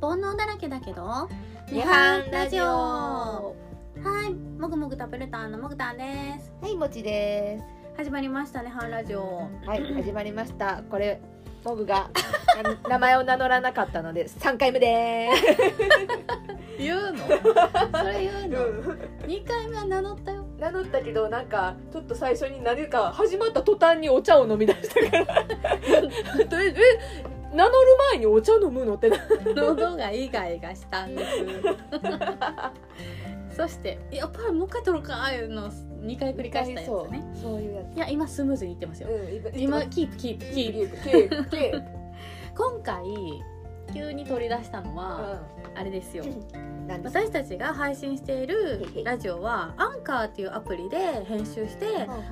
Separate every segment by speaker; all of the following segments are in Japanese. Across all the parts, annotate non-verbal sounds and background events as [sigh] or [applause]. Speaker 1: 煩悩だらけだけど
Speaker 2: 日本ラジオ
Speaker 1: は
Speaker 2: はい
Speaker 1: もぐもぐ食べるたんのもぐたんです
Speaker 2: いもちで
Speaker 1: 始まりましたねハンラジオ
Speaker 2: すはい始まりましたこれモブが [laughs] あ名前を名乗らなかったので三回目で
Speaker 1: 言うの [laughs] それ言う
Speaker 2: す、
Speaker 1: の二回目は名乗ったよ [laughs]
Speaker 2: 名乗ったけどなんかちょっと最初に何か始まった途端にお茶を飲み出したから [laughs] とりあえずえ名乗る前にお茶飲むのってな
Speaker 1: 喉がイガイガしたんです [laughs] そしてやっぱりもう一回撮るかーいうのを二回繰り返したやつね
Speaker 2: そうそういうや
Speaker 1: いや今スムーズにいってます
Speaker 2: つ、
Speaker 1: よ
Speaker 2: うん、
Speaker 1: 今キープキープキ
Speaker 2: キ
Speaker 1: ープ
Speaker 2: ープキープキープ、
Speaker 1: 今回急に取り出したのは、 [laughs] あれですよ
Speaker 2: うん、なんです
Speaker 1: 私たちが配信している
Speaker 2: へへ
Speaker 1: ラジオはアンカーっていうアプリで編集して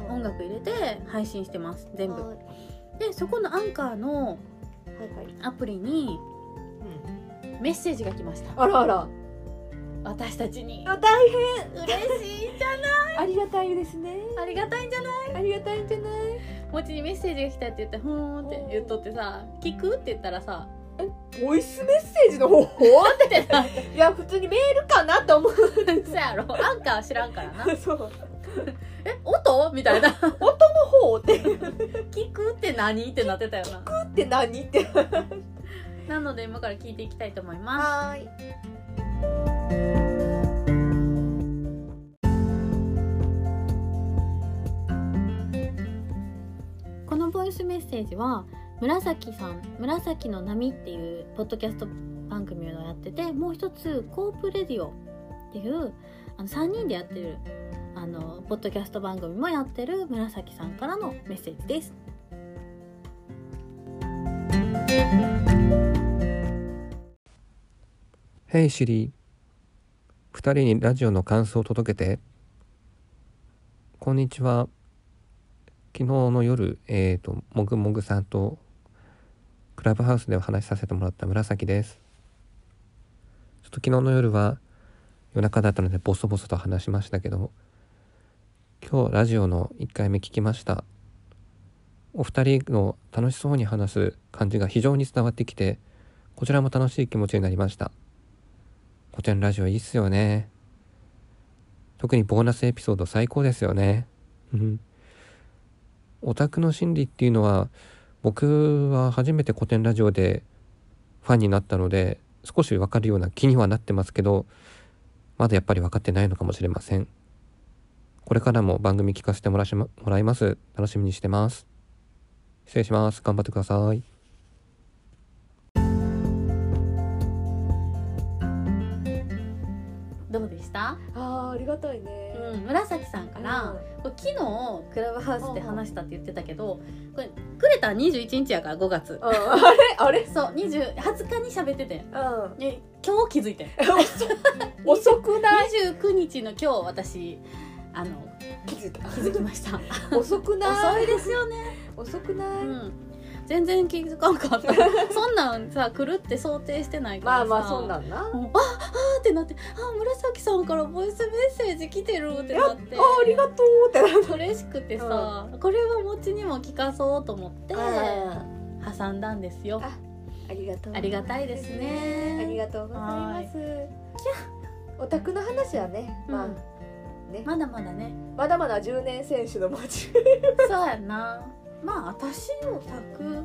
Speaker 1: 音
Speaker 2: 音
Speaker 1: 楽入れて配信してます全部でそこのアンカーの
Speaker 2: はいはい、
Speaker 1: アプリに
Speaker 2: うん、
Speaker 1: メッセージが来ました
Speaker 2: あらあら
Speaker 1: 私たちに
Speaker 2: あ大
Speaker 1: 嬉し [laughs] いじゃ
Speaker 2: 変ありがたいですね
Speaker 1: んありがたいんじゃない
Speaker 2: ありがたいんじゃない
Speaker 1: もちにメッセージが来たって言ってふーんって言っとってさ聞くって言ったら [laughs] さ
Speaker 2: ボイスメッセージの方法い
Speaker 1: ってなっ [laughs]
Speaker 2: や普通にメールかなと思う
Speaker 1: そやろアンカー知らんから [laughs] な
Speaker 2: そう
Speaker 1: え音みたいな [laughs]
Speaker 2: 音の方って
Speaker 1: 聞くって何ってなってたよな
Speaker 2: って何って
Speaker 1: なので今から聞いていきたいと思います
Speaker 2: はーい
Speaker 1: このボイスメッセージは紫さん「紫の波」っていうポッドキャスト番組をやっててもう一つ「コープレディオ」っていうあの3人でやってるあのポッドキャスト番組もやってる紫さんからのメッセージです。
Speaker 3: ヘイシリー、二人にラジオの感想を届けて。こんにちは。昨日の夜、えっ、と、もぐもぐさんと、クラブハウスでお話しさせてもらった紫です。ちょっと昨日の夜は、夜中だったのでボソボソと話しましたけど、今日ラジオの1回目聞きました。お二人の楽しそうに話す感じが非常に伝わってきて、こちらも楽しい気持ちになりました。こちらのラジオいいっすよね。特にボーナスエピソード最高ですよね。うんオタクの心理っていうのは、僕は初めて古典ラジオでファンになったので、少しわかるような気にはなってますけど、まだやっぱり分かってないのかもしれません。これからも番組聞かせてもらしまもらいます。楽しみにしてます。失礼します。頑張ってください。
Speaker 1: どうでした、
Speaker 2: あーありがたいね
Speaker 1: うん、紫さんから、これ昨日クラブハウスで話したって言ってたけどこれくれたん21日やから5月
Speaker 2: うんあれあれ
Speaker 1: そう20 20日に喋っててん [laughs]
Speaker 2: う
Speaker 1: で今日気づいてん
Speaker 2: ん遅くない
Speaker 1: 29日の今日私あの
Speaker 2: 気づいた
Speaker 1: 気づきました
Speaker 2: 遅くな
Speaker 1: 遅
Speaker 2: い
Speaker 1: いですよね、
Speaker 2: 遅くな
Speaker 1: う
Speaker 2: い、
Speaker 1: ん、全然気づかん
Speaker 2: [laughs]
Speaker 1: かったそんなんさ来るって想定してないか
Speaker 2: ま
Speaker 1: ら
Speaker 2: あ
Speaker 1: さ
Speaker 2: まあそん
Speaker 1: ん
Speaker 2: なんな、
Speaker 1: あああってなってあ紫さんからボイスメッセージ来てるってなって
Speaker 2: あーありがとうってなる
Speaker 1: 嬉しくてさ、これはもちにも聞かそうと思って
Speaker 2: あ
Speaker 1: 挟んだんですよ
Speaker 2: ありがとう
Speaker 1: ありがたいですね
Speaker 2: ありがとうございますオタクの話はね、
Speaker 1: ま
Speaker 2: ま
Speaker 1: あ
Speaker 2: あね
Speaker 1: まだまだね
Speaker 2: [laughs] まだまだ10年選手の持ち [laughs]
Speaker 1: そうやなまあ私のタク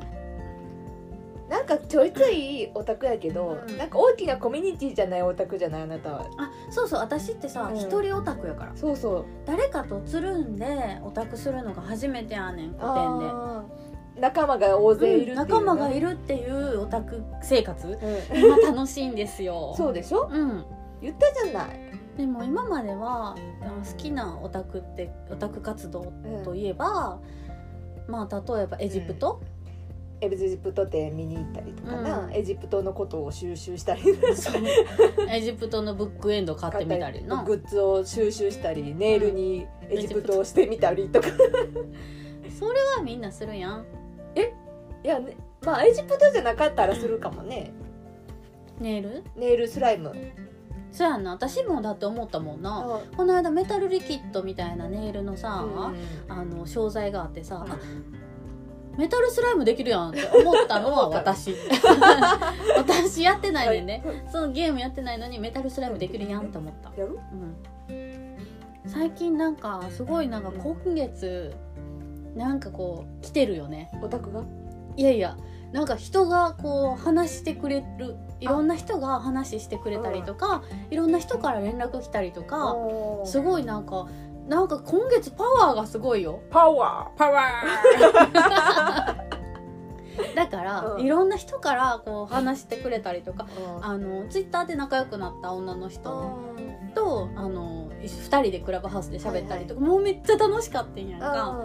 Speaker 2: なんかちょいちょいオタクやけど、
Speaker 1: うん
Speaker 2: なんか大きなコミュニティじゃないオタクじゃないあなたは
Speaker 1: あそうそう私ってさ
Speaker 2: うん
Speaker 1: 一、人オタクやから
Speaker 2: そうそう
Speaker 1: 誰かとつるんでオタクするのが初めてやねん古典で。うん
Speaker 2: あー仲間が大勢いるっていう、
Speaker 1: 仲間がい
Speaker 2: る、
Speaker 1: るっていうオタク生活
Speaker 2: うん
Speaker 1: 今楽しいんですよ
Speaker 2: [laughs] そうでしょ
Speaker 1: うん
Speaker 2: 言ったじゃない、
Speaker 1: でも今まではあの好きなオタクってオタク活動
Speaker 2: うん
Speaker 1: といえば、まあ例えばエジプト、
Speaker 2: エジプト展見に行ったりとか
Speaker 1: う
Speaker 2: な、
Speaker 1: ん
Speaker 2: エジプトのことを収集した
Speaker 1: [laughs]
Speaker 2: り
Speaker 1: そう
Speaker 2: [laughs]
Speaker 1: エジプトのブックエンド買ってみたりな
Speaker 2: グッズを収集したりネイルにエジプトをしてみたりとか、
Speaker 1: それはみんなするやん
Speaker 2: いや、ね、まあエジプトじゃなかったらするかもね、
Speaker 1: ネイル
Speaker 2: ネイルスライム
Speaker 1: そうやんな私もだって思ったもんな
Speaker 2: あ
Speaker 1: この間メタルリキッドみたいなネイルのさ、
Speaker 2: うん
Speaker 1: あの商材があってさ、あメタルスライムできるやんって思ったの
Speaker 2: [laughs]
Speaker 1: は
Speaker 2: 思ったの
Speaker 1: 私私やってないねんね、そのゲームやってないのにメタルスライムできるやんって思った、
Speaker 2: やる
Speaker 1: うん、最近なんかすごいなんか今月なんかこう来てるよね
Speaker 2: オタクが
Speaker 1: いやいやなんか人がこう話してくれるいろんな人が話してくれたりとか、いろんな人から連絡来たりとか、
Speaker 2: おー
Speaker 1: すごいなんかなんか今月パワーがすごいよ
Speaker 2: パワーパワ
Speaker 1: だから、
Speaker 2: うん
Speaker 1: いろんな人からこう話してくれたりとか
Speaker 2: ー
Speaker 1: あのツイッターで仲良くなった女の人とあの2人でクラブハウスで喋ったりとか、もうめっちゃ楽しかったんやんか
Speaker 2: あ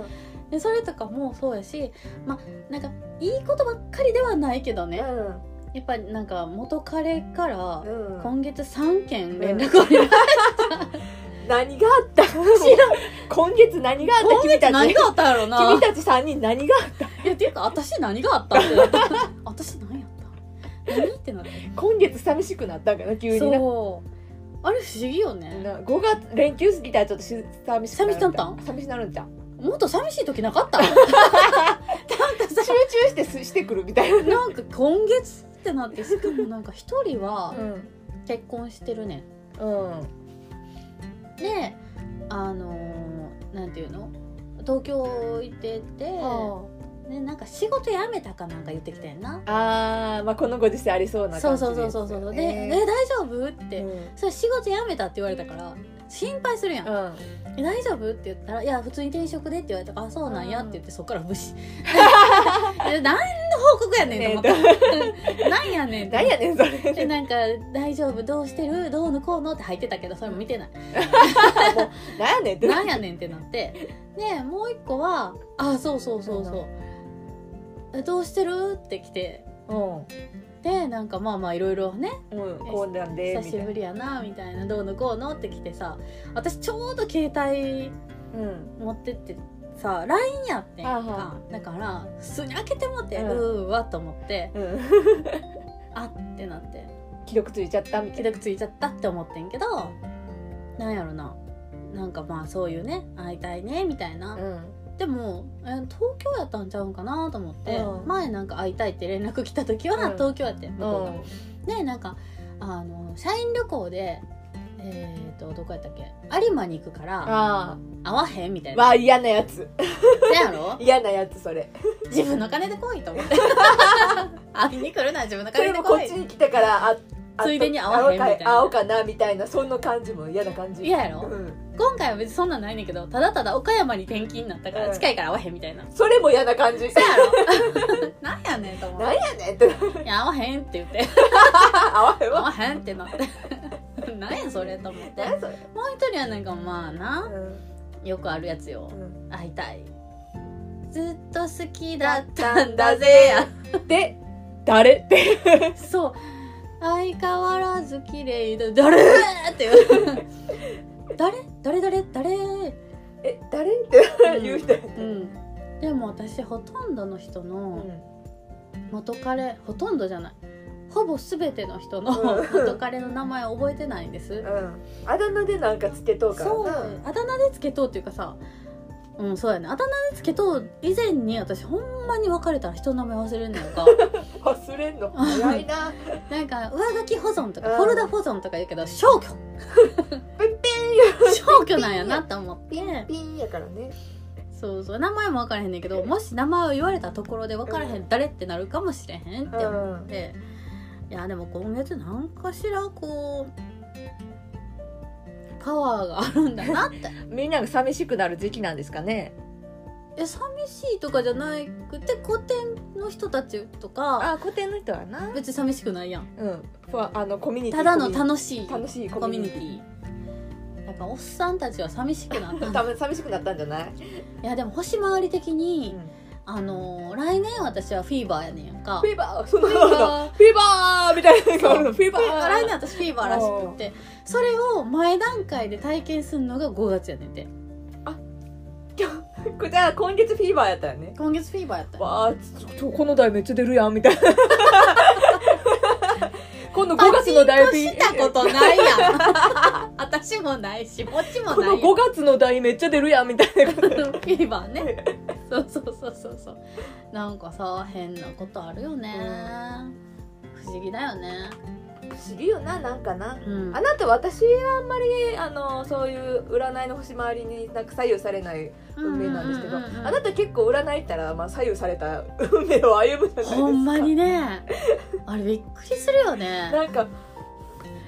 Speaker 1: でそれとかもそうやしまあなんかいいことばっかりではないけどね
Speaker 2: ー
Speaker 1: やっぱりなんか元彼から
Speaker 2: うんうん
Speaker 1: 今月3件連絡を入れた
Speaker 2: 何があった [laughs] 今月何があった君た
Speaker 1: 何
Speaker 2: ち
Speaker 1: があったんやろうな
Speaker 2: 君たち3人何が
Speaker 1: いやっていうか私何があった [laughs] ってなった私何やった何ってなって
Speaker 2: 今月寂しくなったんかな急にな
Speaker 1: そうあれ不思議よね
Speaker 2: な5月連休過ぎたらちょっとし寂しくなるんちゃう
Speaker 1: 寂しなった
Speaker 2: 寂しなるんじゃう
Speaker 1: もっと寂しい時なかった [laughs] なんか
Speaker 2: 集
Speaker 1: さ
Speaker 2: 中してすしてくるみたいな
Speaker 1: なんか今月ってなってしかもなんか一人は
Speaker 2: ん
Speaker 1: 結婚してるね
Speaker 2: うん
Speaker 1: であのーなんていうの東京行っててでなんか仕事辞めたかなんか言ってきたやんな
Speaker 2: あーまあこのご時世ありそうな
Speaker 1: そ
Speaker 2: 感
Speaker 1: う
Speaker 2: じ
Speaker 1: そうそうそうそうで「え
Speaker 2: っ
Speaker 1: 大丈夫?」って、それ仕事辞めたって言われたから心配するやん
Speaker 2: うん
Speaker 1: え大丈夫って言ったら「いや普通に転職で」って言われたから「あそうなんや」って言ってそっから無 [laughs] 視え何の報告やねんと思った [laughs] 何やねんと
Speaker 2: 何
Speaker 1: 思っ
Speaker 2: やねんそ
Speaker 1: てで
Speaker 2: れ
Speaker 1: なんか「大丈夫どうしてるどうのこうの」って入ってたけどそれも見てない
Speaker 2: 何やねん
Speaker 1: 「
Speaker 2: って
Speaker 1: なんやねん」ってなってでもう一個は「あそうそうそうそうえどうしてる?」って来て
Speaker 2: うん
Speaker 1: でなんかまあまあいろいろね
Speaker 2: うんこうなんで
Speaker 1: 久
Speaker 2: み
Speaker 1: した
Speaker 2: いな
Speaker 1: ぶりやなみたいなどうのこうのって来てさ私ちょうど携帯
Speaker 2: うん
Speaker 1: 持ってってさ LINE やってん
Speaker 2: は
Speaker 1: か
Speaker 2: いは
Speaker 1: だから普通に開けてもって、う
Speaker 2: う
Speaker 1: ー
Speaker 2: ん
Speaker 1: わと思って
Speaker 2: うん
Speaker 1: あってなって
Speaker 2: 記録ついちゃったみた
Speaker 1: 既
Speaker 2: いな
Speaker 1: 読ついちゃったって思ってんけどなんやろななんかまあそういうね会いたいねみたいな、
Speaker 2: うん
Speaker 1: でも、えー東京やったんちゃうんかなと思って、
Speaker 2: うん
Speaker 1: 前なんか会いたいって連絡来た時は
Speaker 2: うん
Speaker 1: 東京やってん向こうが、
Speaker 2: うん
Speaker 1: でなんかあの社員旅行でえっ、とどこやったっけ有馬に行くから
Speaker 2: あ
Speaker 1: 会わへんみたい
Speaker 2: あ
Speaker 1: な
Speaker 2: わあ嫌なやつ
Speaker 1: せやろ
Speaker 2: 嫌なやつそれ
Speaker 1: 自分の金で来いと思って [laughs] 会いに来るな自分の
Speaker 2: それ
Speaker 1: 金で
Speaker 2: もこ
Speaker 1: 来
Speaker 2: っち
Speaker 1: い
Speaker 2: に来たからああ
Speaker 1: ついでに会わへんみたいな
Speaker 2: 会おうか会おうかなみたいなそんな感じも嫌な感じ
Speaker 1: 嫌やろ
Speaker 2: うん
Speaker 1: 今回は別にそんなんないねんけどただただ岡山に転勤になったから
Speaker 2: うん
Speaker 1: 近いから会わへんみたいな、
Speaker 2: それも嫌な感じ
Speaker 1: そやろなんやねんと思っ
Speaker 2: [laughs] なん
Speaker 1: て
Speaker 2: やねんっ
Speaker 1: 「
Speaker 2: て [laughs]
Speaker 1: いや会わへん」って言って
Speaker 2: 会わ
Speaker 1: 「[laughs]
Speaker 2: へん
Speaker 1: 会わ
Speaker 2: わ
Speaker 1: へん」ってなって [laughs] なんやそれと思って
Speaker 2: 何やそれ
Speaker 1: もう一人はなんかまあな
Speaker 2: うん
Speaker 1: よくあるやつよ
Speaker 2: うん
Speaker 1: 会いたいずっと好きだったんだぜや
Speaker 2: で誰って
Speaker 1: [laughs] そう相変わらず綺麗だ誰って言 [laughs] う誰誰誰誰
Speaker 2: え誰 [laughs] って言う人やった
Speaker 1: うんでも私ほとんどの人
Speaker 2: う
Speaker 1: の
Speaker 2: ん
Speaker 1: 元彼、ほとんどじゃないほぼ全ての人の
Speaker 2: うん
Speaker 1: [laughs] 元彼の名前を覚えてないんです
Speaker 2: うんあだ名でなんかつけとうからな
Speaker 1: そうあだ名でつけとうっていうかさうんそうやねあだ名でつけとう以前に私ほんまに別れたら人の名前忘れるの
Speaker 2: [laughs]
Speaker 1: よか
Speaker 2: 忘れんの [laughs] 早いな
Speaker 1: なんか上書き保存とか
Speaker 2: うん
Speaker 1: フォルダ保存とか言うけど消
Speaker 2: [laughs]
Speaker 1: 去
Speaker 2: ピン
Speaker 1: 消去なんやなと思って
Speaker 2: ピンやからね
Speaker 1: そうそう名前も分からへんねんけどもし名前を言われたところで分からへん、
Speaker 2: うん
Speaker 1: 誰ってなるかもしれへんって思っ
Speaker 2: ん
Speaker 1: て、いやでも今月なんかしらこうパワーがあるんだ [laughs] なって
Speaker 2: みんなが寂しくなる時期なんですかね
Speaker 1: いや寂しいとかじゃなくて古典の人たちとか
Speaker 2: 古典の人はな
Speaker 1: 別に寂しくないやん
Speaker 2: うんふわあのコミュニティ
Speaker 1: ただの
Speaker 2: コミュニ
Speaker 1: 楽しい
Speaker 2: ティ楽しい
Speaker 1: コ
Speaker 2: コ
Speaker 1: ミ
Speaker 2: ミ
Speaker 1: ュ
Speaker 2: ュ
Speaker 1: ニ
Speaker 2: ニ
Speaker 1: テ
Speaker 2: テ
Speaker 1: ィなんかおっさんたちは寂しくなった
Speaker 2: ィ多分寂しくなったんじゃない
Speaker 1: いやでも星回り的に、
Speaker 2: うん
Speaker 1: あのー来年私はフィーバーやねんやんか
Speaker 2: フィーバー [laughs] その
Speaker 1: フィーバー
Speaker 2: フィーバーみたいなのがあるのフィーバー
Speaker 1: 来年私フィーバーらしくってそれを前段階で体験するのが5月やねんて
Speaker 2: これじゃあ今月フィーバーやったよね
Speaker 1: 今月フィーバーやったよ
Speaker 2: わあちょちょこの台めっちゃ出るやんみ [laughs] たいな今度5月の
Speaker 1: パ
Speaker 2: 台
Speaker 1: チンコしたことないやん [laughs] 私もないしこっちも
Speaker 2: こ
Speaker 1: な
Speaker 2: の
Speaker 1: いやん
Speaker 2: 5月の台めっちゃ出るやんみたいな
Speaker 1: フィーバーねそうそうそうそうそうなんかさ変なことあるよね、不思議だよね
Speaker 2: 不思議よななんかな
Speaker 1: うん
Speaker 2: あなた私はあんまりあのそういう占いの星回りになんか左右されない運命なんですけど、
Speaker 1: うううんうん
Speaker 2: あなた結構占い行ったら、まあ、左右された運命を歩むじゃないですか
Speaker 1: ほんまにねあれびっくりするよね
Speaker 2: なんか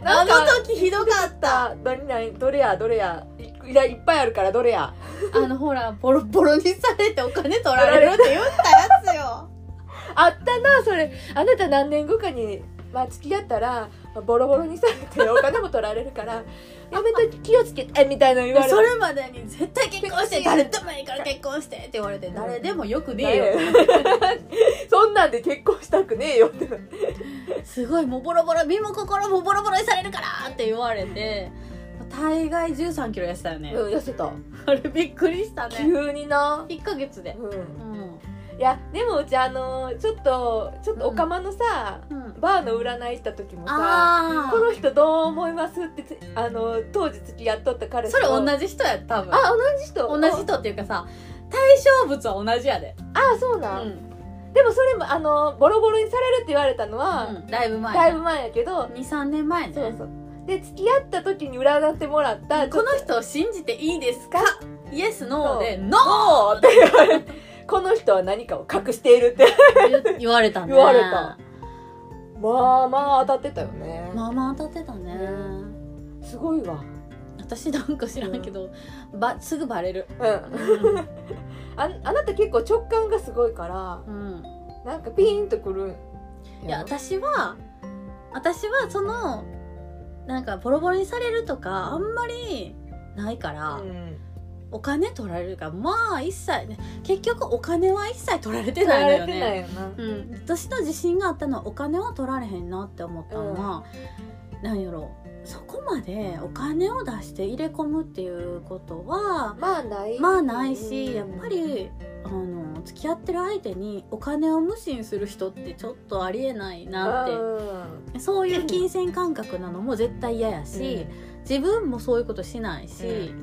Speaker 1: あの
Speaker 2: なん
Speaker 1: 時ひどかった
Speaker 2: あ何何どれやどれやいいやいっぱいあるからどれや
Speaker 1: あのほらボロボロにされてお金取られるって言ったやつよ
Speaker 2: あったなそれあなた何年後かに、まあ、付き合ったらまあボロボロにされてお金も取られる [laughs] からやめとき気をつけてみたいなの言われて
Speaker 1: それまでに絶対結婚して誰でもいいから結婚してって言われて誰でもよくねえよ
Speaker 2: [laughs] そんなんで結婚したくねえよってなって
Speaker 1: すごいもうボロボロ身も心もボロボロにされるからって言われて大概1 3キロ痩せたよね、
Speaker 2: うん痩せた
Speaker 1: あれびっくりしたね
Speaker 2: 急にな、
Speaker 1: 1ヶ月で
Speaker 2: うん、
Speaker 1: ん、
Speaker 2: いやでもうちあのちょっとちょっとおかまのさ、
Speaker 1: うん、
Speaker 2: バーの占いした時もさ
Speaker 1: あ
Speaker 2: この人どう思いますってつあの当時付き合っとった彼
Speaker 1: あ
Speaker 2: と
Speaker 1: それ同じ人や多分
Speaker 2: あ同じ人
Speaker 1: 同じ人っていうかさ対象物は同じやで、
Speaker 2: あそう
Speaker 1: う
Speaker 2: なん、
Speaker 1: ん
Speaker 2: でもそれもあのボロボロにされるって言われたのは、
Speaker 1: だいぶ前
Speaker 2: だいぶ前やけど、
Speaker 1: 23年前ね
Speaker 2: そうそうで付き合った時に占ってもらった
Speaker 1: この
Speaker 2: 人
Speaker 1: 人を信じていいですかイエスノーでノ
Speaker 2: って言われてこの人は何かを隠しているって
Speaker 1: ーっ
Speaker 2: [laughs]
Speaker 1: て言われたね
Speaker 2: 言われたまあまあ当たってたよね、
Speaker 1: まあまあ当たってたね、
Speaker 2: すごいわ
Speaker 1: 私なんか知らんけど、ばすぐバレる
Speaker 2: うんああなた結構直感がすごいから
Speaker 1: うん
Speaker 2: なんかピーンとくるん
Speaker 1: いや私は私はそのなんかボロボロにされるとかあんまりないから、
Speaker 2: うん
Speaker 1: お金取られるからまあ一切ね結局お金は一切取られて
Speaker 2: 取
Speaker 1: ないのよ
Speaker 2: られて
Speaker 1: ね
Speaker 2: ないよな
Speaker 1: うん、私の自信があったのはお金は取られへんなって思ったのは、なんやろそこまでお金を出して入れ込むっていうことは
Speaker 2: まあない
Speaker 1: まあないし、
Speaker 2: うん
Speaker 1: やっぱりあの付き合ってる相手にお金を無心する人ってちょっとありえないなって
Speaker 2: う
Speaker 1: そういう金銭感覚なのも絶対嫌やし、自分もそういうことしないし、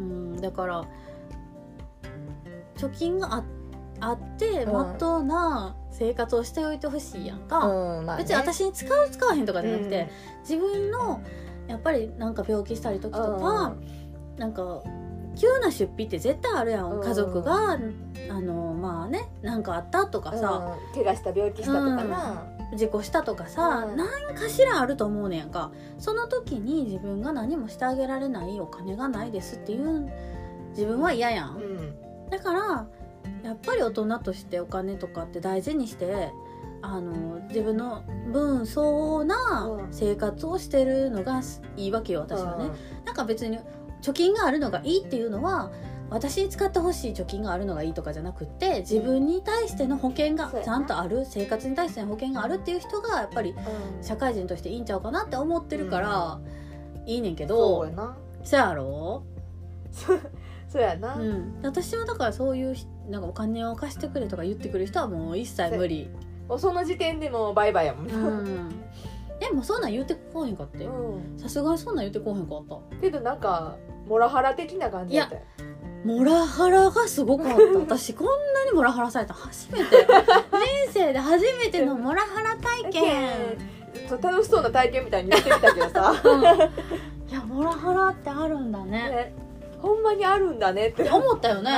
Speaker 1: うん、だから貯金がああって
Speaker 2: うん
Speaker 1: まっとうな生活をしておいてほしいやんか、
Speaker 2: ん、うん、まあ、ね、
Speaker 1: 別に私に使う使わへんとかじゃなくて、
Speaker 2: うん
Speaker 1: 自分のやっぱりなんか病気したり時とか、なんか急な出費って絶対あるやん、
Speaker 2: うん
Speaker 1: 家族があのまあねなんかあったとか
Speaker 2: うん、
Speaker 1: さ、
Speaker 2: うん、怪我した病気したとかな、
Speaker 1: 事故したとかさ、
Speaker 2: うん
Speaker 1: 何かしらあると思うねんやんかその時に自分が何もしてあげられないお金がないですっていう自分は嫌や、
Speaker 2: うんん、
Speaker 1: だからやっぱり大人としてお金とかって大事にしてあの自分の分相応な
Speaker 2: うん
Speaker 1: 生活をしてるのがいいわけよ私はね、なんか別に貯金があるのがいいっていうのは私に使ってほしい貯金があるのがいいとかじゃなくって自分に対しての保険が
Speaker 2: そうやな
Speaker 1: ちゃんとある生活に対しての保険があるっていう人がやっぱり
Speaker 2: うん、
Speaker 1: 社会人としていいんちゃうかなって思ってるから、いいねんけ
Speaker 2: そ
Speaker 1: ど
Speaker 2: うやな
Speaker 1: そやろ、
Speaker 2: そうやな、
Speaker 1: うん、私はだからそういうひなんかお金を貸してくれとか言ってくる人はもう一切無理、
Speaker 2: もうその時点でもうバイバイやもん
Speaker 1: う、ん、
Speaker 2: [laughs]
Speaker 1: でもそんなん言ってこうへんかって
Speaker 2: うん、
Speaker 1: さすがにそんなん言ってこうへんかった
Speaker 2: けどなんかモラハラ的な感じだったよ
Speaker 1: モラハラがすごかった私こんなにモラハラされた初めて人生で初めてのモラハラ体験、
Speaker 2: ちょっと楽しそうな体験みたいに言ってみたけどさ
Speaker 1: うん、いやモラハラってあるんだね
Speaker 2: [laughs] ねほんまにあるんだねっ
Speaker 1: ってて思ったよね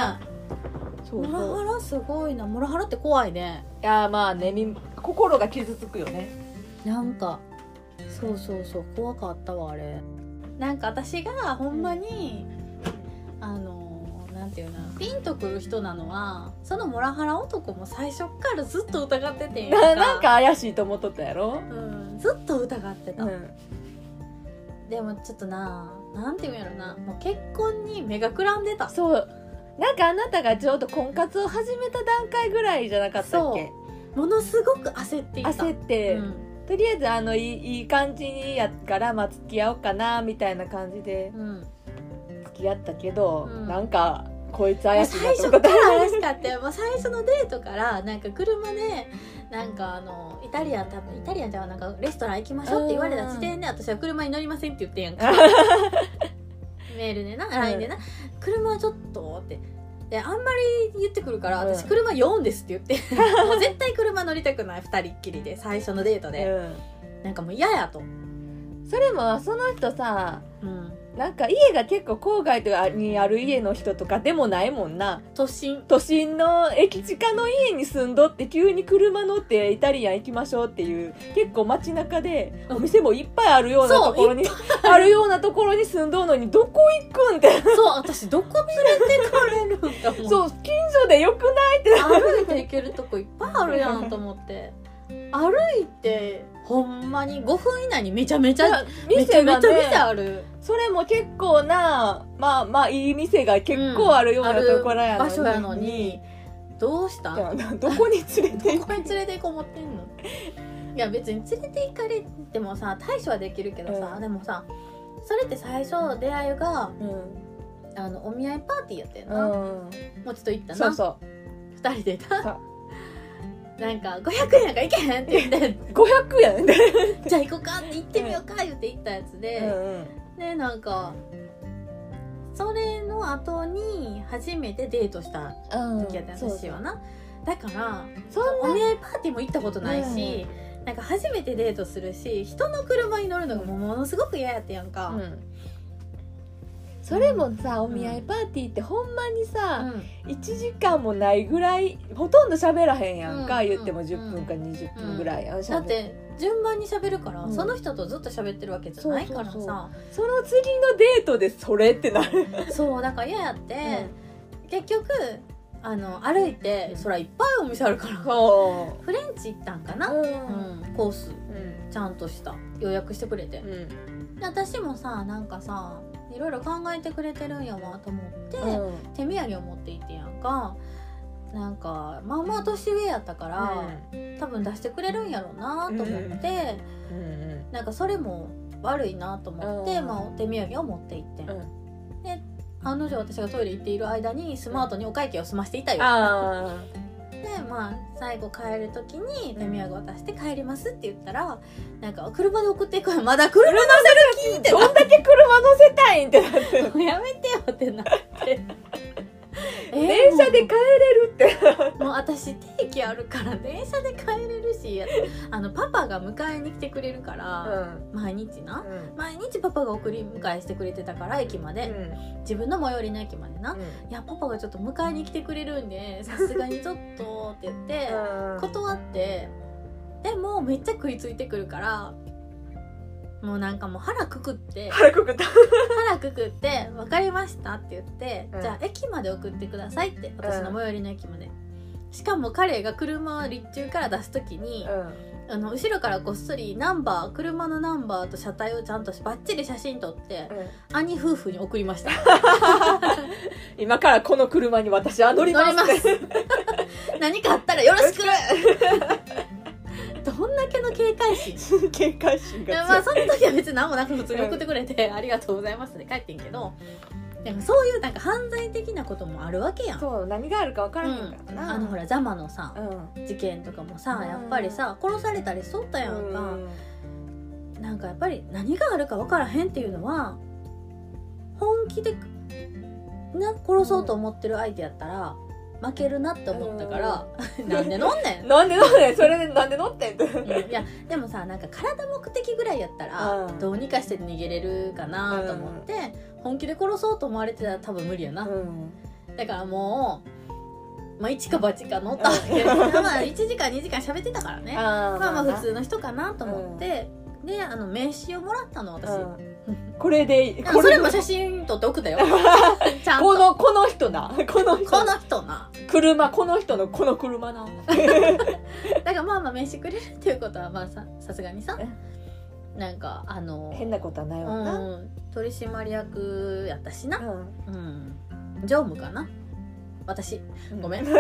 Speaker 2: そ
Speaker 1: モ
Speaker 2: う
Speaker 1: ラ
Speaker 2: そう
Speaker 1: ハラすごいなモラハラって怖いね
Speaker 2: いやまあねみ心が傷つくよね
Speaker 1: なんかそうそうそう怖かったわあれなんか私がほんまに、あのなんていうなピンとくる人なのはそのモラハラ男も最初っからずっと疑っててんや [laughs]
Speaker 2: ななんか怪しいと思っとったやろ、
Speaker 1: うんずっと疑ってた、
Speaker 2: うん、
Speaker 1: でもちょっとななんていうんやろなもう結婚に目がくらんでた
Speaker 2: そうなんかあなたがちょうど婚活を始めた段階ぐらいじゃなかったっけ
Speaker 1: ものすごく焦っていたっ
Speaker 2: 焦って、とりあえずあのいいいい感じにやっから、まあ、付き合おうかなみたいな感じで
Speaker 1: うん、うん
Speaker 2: 付き合ったけ
Speaker 1: う
Speaker 2: ど、
Speaker 1: ん
Speaker 2: なんかこいつ
Speaker 1: もう
Speaker 2: 怪しいな
Speaker 1: 最
Speaker 2: と
Speaker 1: 初
Speaker 2: 思
Speaker 1: か
Speaker 2: っ
Speaker 1: ら
Speaker 2: た
Speaker 1: 怪しかったよもう最初のデートからなんか車でなんかあのイタリアン多分イタリアンじゃなんかレストラン行きましょうって言われた時点で私は車に乗りませんって言ってんやんかメールでな LINE でな、車はちょっとってであんまり言ってくるから
Speaker 2: うん
Speaker 1: 私車4ですって言って [laughs] もう絶対車乗りたくない2人っきりで最初のデートで、なんかもう嫌やと、
Speaker 2: それもその人さ
Speaker 1: うん、
Speaker 2: なんか家が結構郊外とかにある家の人とかでもないもんな
Speaker 1: 都 [laughs] 心
Speaker 2: 都心の駅近の家に住んどって急に車乗ってイタリアン行きましょうっていう結構街中でお店もいっぱいあるような
Speaker 1: そう
Speaker 2: ところにあるようなところに住んどんのにどこ行くんって
Speaker 1: そう私どこ連れてかれるんだもん
Speaker 2: そう近所でよくないって
Speaker 1: 歩いて行けるとこいっぱいあるやんと思って歩いてほんまに5分以内にめちゃめちゃめちゃ
Speaker 2: 店が
Speaker 1: めちゃ店
Speaker 2: ね
Speaker 1: ある
Speaker 2: それも結構なまあまあいい店が結構あるようなところやの
Speaker 1: 場
Speaker 2: に、
Speaker 1: 所やのにどうした
Speaker 2: じゃ
Speaker 1: ど
Speaker 2: あどこに連れて行く
Speaker 1: こに連れて行こう思ってんのいや別に連れて行かれてもさ対処はできるけどさ、
Speaker 2: うん
Speaker 1: でもさそれって最初出会いが
Speaker 2: うん
Speaker 1: あのお見合いパーティーやってんな、
Speaker 2: うん
Speaker 1: もうちょっと行った
Speaker 2: そ
Speaker 1: な
Speaker 2: うそう
Speaker 1: 二人でな
Speaker 2: そ
Speaker 1: なんか500円やから行けへんって言って [laughs]
Speaker 2: 500円で、
Speaker 1: じゃあ行こうかって行ってみようか言って行ったやつで、
Speaker 2: うん
Speaker 1: でなんかそれの後に初めてデートした
Speaker 2: うん
Speaker 1: 時やった私はな、だから
Speaker 2: そうそうそ
Speaker 1: お
Speaker 2: んな
Speaker 1: 見合いパーティーも行ったことないし、なんか初めてデートするし人の車に乗るのがもうものすごく嫌やったやんか、
Speaker 2: それもさお見合いパーティーってほんまに
Speaker 1: う
Speaker 2: さ、
Speaker 1: ん
Speaker 2: 1時間もないぐらいほとんど喋らへんやんか、
Speaker 1: うん
Speaker 2: 言っても
Speaker 1: うん
Speaker 2: 10分か20分ぐらいやん、喋
Speaker 1: だって順番に喋るから、
Speaker 2: うん
Speaker 1: その人とずっと喋ってるわけじゃないからさ
Speaker 2: そ
Speaker 1: そうう
Speaker 2: そその次のデートでそれってなる、
Speaker 1: だから嫌やって、結局あの歩いて、
Speaker 2: うん
Speaker 1: そらいっぱいお店あるから
Speaker 2: そ
Speaker 1: フレンチ行ったんかな、
Speaker 2: ううん
Speaker 1: うんコース
Speaker 2: うん
Speaker 1: ちゃんとした予約してくれて、
Speaker 2: うん
Speaker 1: で私もさなんかさいろいろ考えてくれてるんやわと思って、
Speaker 2: うん
Speaker 1: 手土産を持っていってんやんかなんかまあまあ年上やったから、多分出してくれるんやろうなと思って、
Speaker 2: うん
Speaker 1: なんかそれも悪いなと思って、
Speaker 2: うん
Speaker 1: まあ、お手土産を持っていってん、
Speaker 2: うん
Speaker 1: 案の定私がトイレ行っている間にスマートにお会計を済ましていたよ、
Speaker 2: ああ
Speaker 1: でまあ最後帰る時に手土産渡して帰りますって言ったらなんか車で送っていくわまだ車乗せる気って
Speaker 2: どんだけ車乗せたいんってなってる
Speaker 1: もうやめてよってなって [laughs]
Speaker 2: 電車で帰れるって
Speaker 1: もうもう私定期あるから電車で帰れるしあのパパが迎えに来てくれるから、毎日な毎日パパが送り迎えしてくれてたから駅まで、自分の最寄りの駅までな、いやパパがちょっと迎えに来てくれるんでさすがにちょっとって言って断ってでもめっちゃ食いついてくるからもうなんかもう腹くくって
Speaker 2: 腹くくった
Speaker 1: 腹くくって「分かりました」って言って、
Speaker 2: うん
Speaker 1: じゃあ駅まで送ってくださいって私の最寄りの駅まで、しかも彼が車を立中から出す時に、あの後ろからこっそりナンバー車のナンバーと車体をちゃんとバッチリ写真撮って、兄夫婦に送りました [laughs]
Speaker 2: 今からこの車に私は乗ります
Speaker 1: 乗ります何かあったらよろしく
Speaker 2: [laughs]
Speaker 1: どんだけの警戒心
Speaker 2: 警戒心
Speaker 1: いや
Speaker 2: が
Speaker 1: ま
Speaker 2: 強
Speaker 1: あ
Speaker 2: い
Speaker 1: その時は別に何もなく普通に送ってくれて、ありがとうございますで帰ってんけどでもそういうなんか犯罪的なこともあるわけやん。
Speaker 2: そう何があるか分からへんからな
Speaker 1: あのほらザマのさ
Speaker 2: うん
Speaker 1: 事件とかもさ
Speaker 2: うん
Speaker 1: やっぱりさ殺されたりしとったやんか
Speaker 2: うん
Speaker 1: なんかやっぱり何があるか分からへんっていうのは本気でな殺そうと思ってる相手やったら負けるなって思ったから
Speaker 2: ん
Speaker 1: なんで飲んねん
Speaker 2: なんでなんでそれでなんで乗ってんって
Speaker 1: うんいやでもさなんか体目的ぐらいやったら
Speaker 2: うん
Speaker 1: どうにかして逃げれるかなと思って、本気で殺そうと思われてたら多分無理やな、
Speaker 2: うん
Speaker 1: だからもう、まあ、一か八か乗ったわけまあ1時間2時間喋ってたからね
Speaker 2: あ
Speaker 1: まあまあ
Speaker 2: な
Speaker 1: 普通の人かなと思って、であの名刺をもらったの私、
Speaker 2: うんこれでいい
Speaker 1: あそれも
Speaker 2: こ
Speaker 1: 写真撮っておく
Speaker 2: [laughs]
Speaker 1: だよちゃん
Speaker 2: ことのこの人 [laughs] なこの
Speaker 1: この人な
Speaker 2: 車この人のこの車な
Speaker 1: だからまあまあ名刺くれるっていうことはまあささすがにさ
Speaker 2: う
Speaker 1: なんかあの
Speaker 2: [laughs] 変なことはないわな
Speaker 1: うん、取締役やったしな、
Speaker 2: う
Speaker 1: うん、常務かな私
Speaker 2: ん
Speaker 1: ごめん [laughs] 常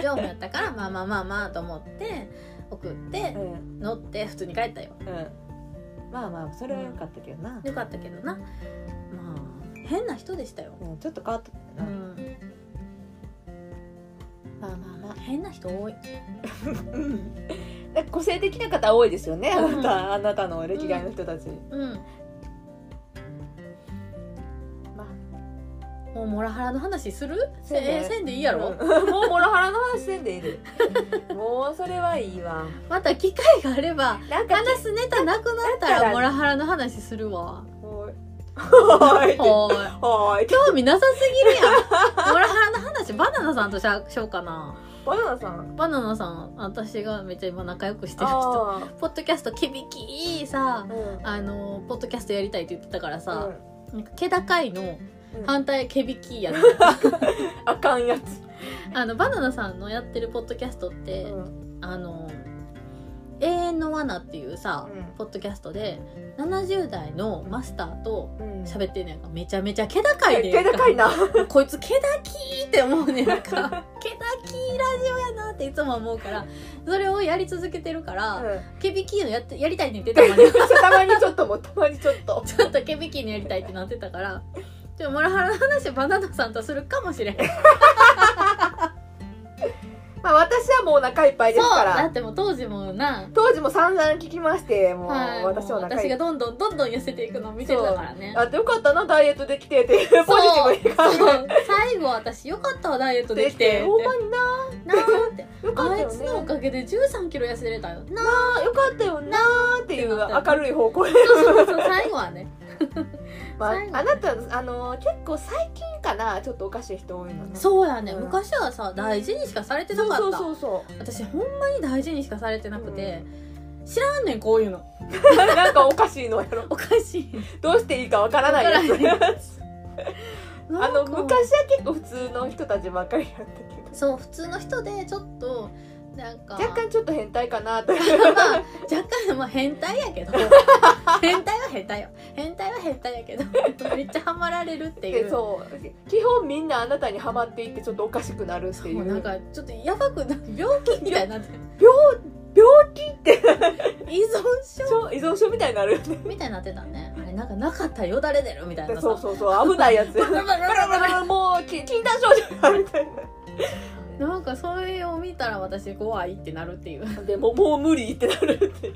Speaker 1: 務やったからまあまあまあまあと思って送って
Speaker 2: うん
Speaker 1: 乗って普通に帰ったよ
Speaker 2: うんまあまあそれは良かったけどな、
Speaker 1: よかったけどなまあ変な人でしたよ、
Speaker 2: うん、ちょっと変わったけ
Speaker 1: う
Speaker 2: どな、
Speaker 1: ん、
Speaker 2: まあまあまあ
Speaker 1: 変な人多い
Speaker 2: [laughs] うん個性的な方多いですよねあなた、あなたの歴代の人たち、
Speaker 1: うん
Speaker 2: まあ
Speaker 1: もうもうモラハラの話する
Speaker 2: せ
Speaker 1: せ
Speaker 2: んで
Speaker 1: えせんでいいやろ、
Speaker 2: うんもうモラハラの話せんでいいで [laughs] もうそれはいいわ
Speaker 1: また機会があれば
Speaker 2: なんか
Speaker 1: 話すネタなくなった
Speaker 2: だからら
Speaker 1: モラハラの話する
Speaker 2: [laughs]
Speaker 1: わ
Speaker 2: おいおいって
Speaker 1: おい
Speaker 2: おいって
Speaker 1: 興味なさすぎるやんモラハラの話バナナさんとしゃしようかな
Speaker 2: バナナさん
Speaker 1: バナナさん私がめっちゃ今仲良くしてる人
Speaker 2: あ
Speaker 1: ポッドキャスト響きいいさ
Speaker 2: ーうん
Speaker 1: あのポッドキャストやりたいって言ってたからさ、
Speaker 2: う
Speaker 1: なんか気高いの
Speaker 2: んうん
Speaker 1: 反対毛引きやつ
Speaker 2: あかんやつ
Speaker 1: あのバナナさんのやってるポッドキャストって、
Speaker 2: うん
Speaker 1: あの永遠の罠っていうさ、
Speaker 2: うん
Speaker 1: ポッドキャストで70代のマスターと
Speaker 2: うん
Speaker 1: 喋ってんねやんかめちゃめちゃ気高いねん
Speaker 2: 手高いな
Speaker 1: こいつ毛だきーって思うねん
Speaker 2: [laughs]
Speaker 1: なんか毛だきーラジオやなっていつも思うからそれをやり続けてるから、
Speaker 2: う
Speaker 1: ケビキーのやってやりたいって言ってたもんね
Speaker 2: んたまにちょっともうたまにちょっと
Speaker 1: [laughs] ちょっとケビキーのやりたいってなってたからちょモラハラの話バナナさんとするかもしれ
Speaker 2: [laughs]
Speaker 1: ん
Speaker 2: [laughs] まあ私はもうお腹いっぱいです
Speaker 1: そうだ
Speaker 2: から
Speaker 1: ってもう当時もな
Speaker 2: 当時も散々聞きましてもう
Speaker 1: はい、
Speaker 2: 私
Speaker 1: もう
Speaker 2: はお腹
Speaker 1: 私
Speaker 2: い
Speaker 1: が
Speaker 2: っ
Speaker 1: どんどんどんどん痩せていくのを見てたからね
Speaker 2: ぱいあよかったなダイエットできてっていうポジティブに考
Speaker 1: そう最後私よかったわダイエット
Speaker 2: えて
Speaker 1: できて
Speaker 2: ほんまにな
Speaker 1: なーって
Speaker 2: よかった
Speaker 1: あい
Speaker 2: よ
Speaker 1: つ
Speaker 2: ね
Speaker 1: のおかげで1 3キロ痩せれたよな
Speaker 2: あよかったよなーっていう明るい方向で、
Speaker 1: そうそうそう最後はね
Speaker 2: [laughs] まあ、
Speaker 1: 最後
Speaker 2: あなたあのー結構最近かなちょっとおかしい人多いのね
Speaker 1: そうやね、
Speaker 2: うん
Speaker 1: 昔はさ大事にしかされてなかった
Speaker 2: そうそうそ
Speaker 1: 私ほんまに大事にしかされてなくて、知らんねんこういうの
Speaker 2: う [laughs] なんかおかしいのやろ
Speaker 1: おかしい
Speaker 2: どうしていいかわからないやつ
Speaker 1: わからな
Speaker 2: あの
Speaker 1: なんか
Speaker 2: 昔は結構普通の人たちばっかりやったけど
Speaker 1: そう普通の人でちょっとなんか
Speaker 2: 若干ちょっと変態かなと
Speaker 1: まあ若干まあ変態やけど変態は変態よ変態は変態やけどめっちゃハマられるっていう
Speaker 2: [laughs] そう基本みんなあなたにはまっていってちょっとおかしくなるってい
Speaker 1: も
Speaker 2: う
Speaker 1: うなんかちょっとやばくな病気みたいになって
Speaker 2: 病気って
Speaker 1: 依存症
Speaker 2: そう依存症みたいになるよ [laughs] ね
Speaker 1: みたいになってたねあれなんかなかったらよだれ出るみたいなさ
Speaker 2: そうそうそう危ないやつ
Speaker 1: ブルブルブルブルブル
Speaker 2: もうき禁断症状だみたい
Speaker 1: なんかそれを見たら私怖いってなるっていう
Speaker 2: なでもうもう無理ってなるっていう